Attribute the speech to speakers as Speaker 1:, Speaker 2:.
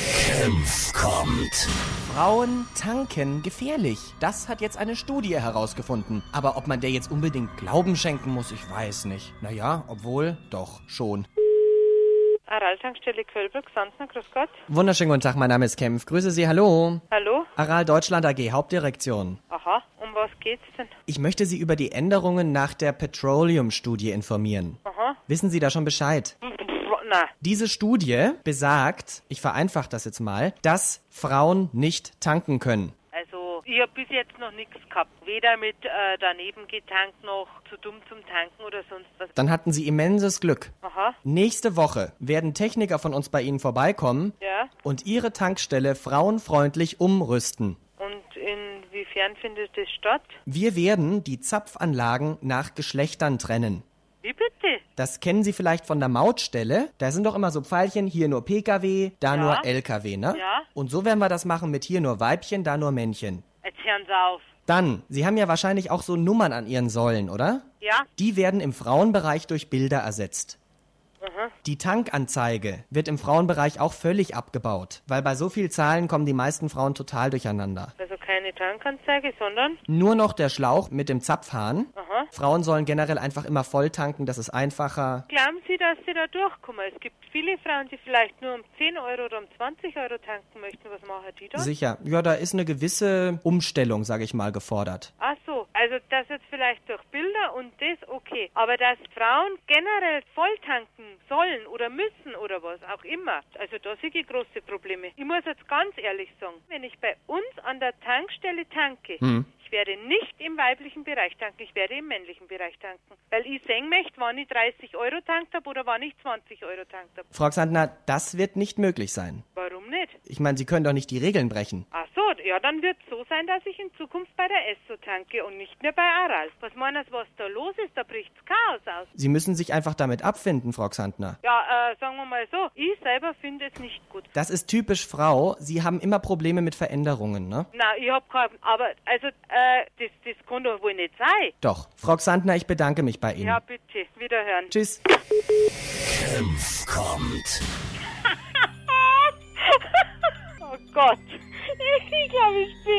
Speaker 1: Senf kommt.
Speaker 2: Frauen tanken gefährlich. Das hat jetzt eine Studie herausgefunden. Aber ob man der jetzt unbedingt Glauben schenken muss, ich weiß nicht. Naja, obwohl, doch, schon.
Speaker 3: Aral-Tankstelle Kölbrück, Sandner, grüß Gott.
Speaker 2: Wunderschönen guten Tag, mein Name ist Kempf. Grüße Sie, hallo.
Speaker 3: Hallo?
Speaker 2: Aral Deutschland AG, Hauptdirektion.
Speaker 3: Aha, um was geht's denn?
Speaker 2: Ich möchte Sie über die Änderungen nach der Petroleum-Studie informieren.
Speaker 3: Aha.
Speaker 2: Wissen Sie da schon Bescheid?
Speaker 3: Pff, Na,
Speaker 2: Diese Studie besagt, ich vereinfache das jetzt mal, dass Frauen nicht tanken können.
Speaker 3: also ich habe bis jetzt noch nichts gehabt. Weder mit äh, daneben getankt noch zu dumm zum Tanken oder sonst was.
Speaker 2: Dann hatten Sie immenses Glück.
Speaker 3: Aha,
Speaker 2: Nächste Woche werden Techniker von uns bei Ihnen vorbeikommen
Speaker 3: ja.
Speaker 2: und Ihre Tankstelle frauenfreundlich umrüsten.
Speaker 3: Und inwiefern findet das statt?
Speaker 2: Wir werden die Zapfanlagen nach Geschlechtern trennen.
Speaker 3: Wie bitte?
Speaker 2: Das kennen Sie vielleicht von der Mautstelle. Da sind doch immer so Pfeilchen, hier nur Pkw, da
Speaker 3: Ja.
Speaker 2: nur Lkw, ne?
Speaker 3: Ja.
Speaker 2: Und so werden wir das machen mit hier nur Weibchen, da nur Männchen.
Speaker 3: Jetzt hören Sie auf.
Speaker 2: Dann, Sie haben ja wahrscheinlich auch so Nummern an Ihren Säulen, oder?
Speaker 3: Ja,
Speaker 2: Die werden im Frauenbereich durch Bilder ersetzt. Die Tankanzeige wird im Frauenbereich auch völlig abgebaut, weil bei so viel Zahlen kommen die meisten Frauen total durcheinander.
Speaker 3: also keine Tankanzeige, sondern...
Speaker 2: Nur noch der Schlauch mit dem Zapfhahn.
Speaker 3: Aha.
Speaker 2: Frauen sollen generell einfach immer voll tanken, das ist einfacher.
Speaker 3: Glauben Sie, dass Sie da durchkommen? Es gibt viele Frauen, die vielleicht nur um 10 Euro oder um 20 Euro tanken möchten. Was machen die da?
Speaker 2: Sicher. Ja, da ist eine gewisse Umstellung, sage ich mal, gefordert.
Speaker 3: Ach so, also das jetzt vielleicht durch Bilder und das okay. Aber dass Frauen generell voll tanken sollen oder müssen oder was auch immer, also da sehe ich große Probleme. Ich muss jetzt ganz ehrlich sagen, wenn ich bei uns an der Tankstelle tanke, ich werde nicht im weiblichen Bereich tanken, ich werde im männlichen Bereich tanken. Weil ich sehen möchte, wann ich 30 Euro tankt habe oder wann ich 20 Euro tankt habe.
Speaker 2: Frau Xandner, das wird nicht möglich sein.
Speaker 3: Warum nicht?
Speaker 2: Ich meine, Sie können doch nicht die Regeln brechen.
Speaker 3: Ach so, ja, dann wird so sein, dass ich in Zukunft bei der Esso tanke und nicht mehr bei Aral. Was meinen Sie, was da los ist? Da bricht's Chaos aus.
Speaker 2: Sie müssen sich einfach damit abfinden, Frau Xandner.
Speaker 3: Ja, äh, sagen wir mal so, ich selber finde es nicht gut.
Speaker 2: Das ist typisch Frau. Sie haben immer Probleme mit Veränderungen, ne?
Speaker 3: Na, ich hab keinen, aber, also, äh, das, das kann doch wohl nicht sein.
Speaker 2: Doch. Frau Xandner, ich bedanke mich bei Ihnen.
Speaker 3: Ja, bitte, wiederhören.
Speaker 2: Tschüss.
Speaker 1: Senf kommt.
Speaker 3: Oh Gott, ich glaube, ich bin